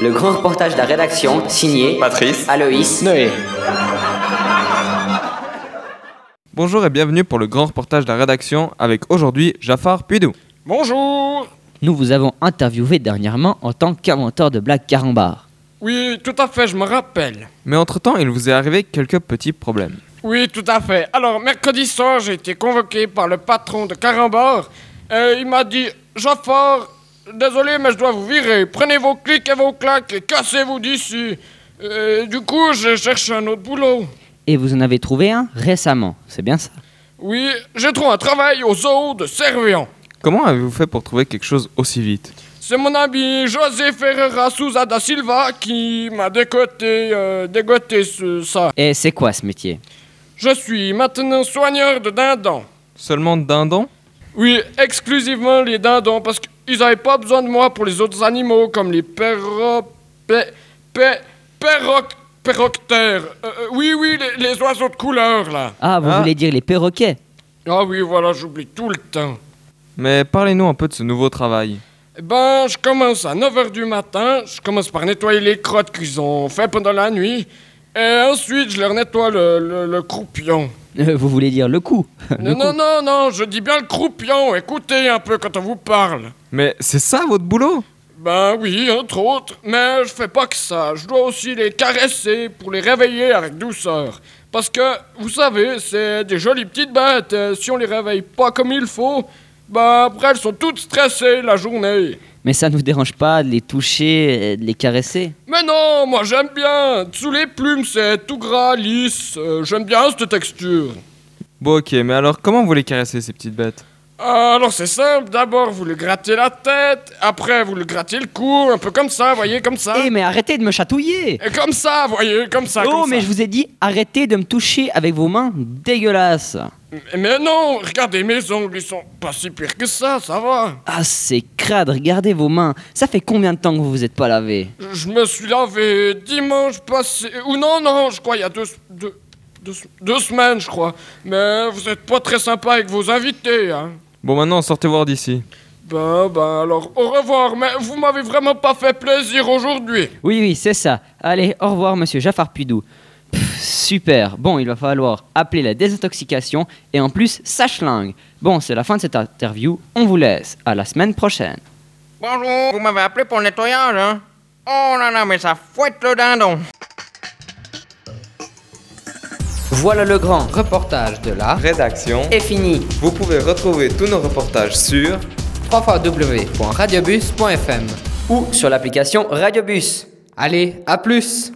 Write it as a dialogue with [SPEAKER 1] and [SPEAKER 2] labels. [SPEAKER 1] Le grand reportage de la rédaction, signé
[SPEAKER 2] Patrice.
[SPEAKER 1] Aloïs.
[SPEAKER 3] Noé.
[SPEAKER 4] Bonjour et bienvenue pour le grand reportage de la rédaction avec aujourd'hui Jafar Puidou.
[SPEAKER 5] Bonjour
[SPEAKER 6] Nous vous avons interviewé dernièrement en tant qu'inventeur de blagues carambar.
[SPEAKER 5] Oui, tout à fait, je me rappelle.
[SPEAKER 4] Mais entre-temps, il vous est arrivé quelques petits problèmes.
[SPEAKER 5] Oui, tout à fait. Alors, mercredi soir, j'ai été convoqué par le patron de Carambar. Et il m'a dit Jafar, désolé, mais je dois vous virer. Prenez vos clics et vos claques et cassez-vous d'ici. Et du coup, j'ai cherché un autre boulot.
[SPEAKER 6] Et vous en avez trouvé un récemment, c'est bien ça
[SPEAKER 5] Oui, j'ai trouvé un travail au zoo de Servian.
[SPEAKER 4] Comment avez-vous fait pour trouver quelque chose aussi vite
[SPEAKER 5] C'est mon ami José Ferreira Souza da Silva qui m'a décoté, euh, dégoté ce- ça.
[SPEAKER 6] Et c'est quoi ce métier
[SPEAKER 5] Je suis maintenant soigneur de dindons.
[SPEAKER 4] Seulement dindon
[SPEAKER 5] Oui, exclusivement les dindons, parce qu'ils n'avaient pas besoin de moi pour les autres animaux, comme les perro... pe- pe- perroc... perroctères. Euh, euh, oui, oui, les, les oiseaux de couleur, là.
[SPEAKER 6] Ah, vous
[SPEAKER 4] Ah.
[SPEAKER 6] voulez dire les perroquets
[SPEAKER 5] Ah oui, voilà, j'oublie tout le temps.
[SPEAKER 4] Mais parlez-nous un peu de ce nouveau travail.
[SPEAKER 5] Eh Ben, je commence à 9h du matin. Je commence par nettoyer les crottes qu'ils ont fait pendant la nuit. Et ensuite, je leur nettoie le, le, le croupion.
[SPEAKER 6] Euh, Vous voulez dire le coup
[SPEAKER 5] Non, non, non, non, je dis bien le croupion. Écoutez un peu quand on vous parle.
[SPEAKER 4] Mais c'est ça votre boulot
[SPEAKER 5] Ben oui, entre autres, mais je fais pas que ça. Je dois aussi les caresser pour les réveiller avec douceur. Parce que, vous savez, c'est des jolies petites bêtes. et Si on les réveille pas comme il faut, ben après elles sont toutes stressées la journée.
[SPEAKER 6] Mais ça ne vous dérange pas de les toucher, euh, de les caresser
[SPEAKER 5] Mais non, moi j'aime bien. Sous les plumes, c'est tout gras, lisse. Euh, j'aime bien cette texture.
[SPEAKER 4] Bon ok, mais alors comment vous les caressez ces petites bêtes
[SPEAKER 5] Alors c'est simple, d'abord vous le grattez la tête, après vous le grattez le cou, un peu comme ça, voyez, comme ça.
[SPEAKER 6] Eh, mais arrêtez de me chatouiller
[SPEAKER 5] Et comme ça, voyez, comme Ah. ça.
[SPEAKER 6] Oh,
[SPEAKER 5] comme
[SPEAKER 6] mais
[SPEAKER 5] ça.
[SPEAKER 6] je vous ai dit, arrêtez de me toucher avec vos mains dégueulasses
[SPEAKER 5] Mais non, regardez mes ongles, ils sont pas si pires que ça, ça va.
[SPEAKER 6] Ah, c'est crade, regardez vos mains Ça fait combien de temps que vous vous êtes pas lavé
[SPEAKER 5] Je je me suis lavé dimanche passé, ou non, non, je crois il y a deux, s- deux, deux s- deux semaines, je crois. Mais vous êtes pas très sympa avec vos invités, hein.
[SPEAKER 4] Bon maintenant, sortez voir d'ici.
[SPEAKER 5] Ben, ben, alors, au revoir, mais vous m'avez vraiment pas fait plaisir aujourd'hui.
[SPEAKER 6] Oui, oui, c'est ça. Allez, au revoir, monsieur Jaffar Pudou. Pff, Super. Bon, il va falloir appeler la désintoxication et en plus, sache-langue. Bon, c'est la fin de cette interview. On vous laisse. À la semaine prochaine.
[SPEAKER 2] Bonjour, vous m'avez appelé pour le nettoyage, hein Oh là là, mais ça fouette le dindon
[SPEAKER 1] Voilà le grand
[SPEAKER 7] Reportage de la
[SPEAKER 4] Rédaction.
[SPEAKER 1] est fini.
[SPEAKER 4] Vous pouvez retrouver tous nos reportages sur...
[SPEAKER 7] www.radiobus.fm.
[SPEAKER 1] Ou sur l'application Radiobus.
[SPEAKER 7] Allez, à plus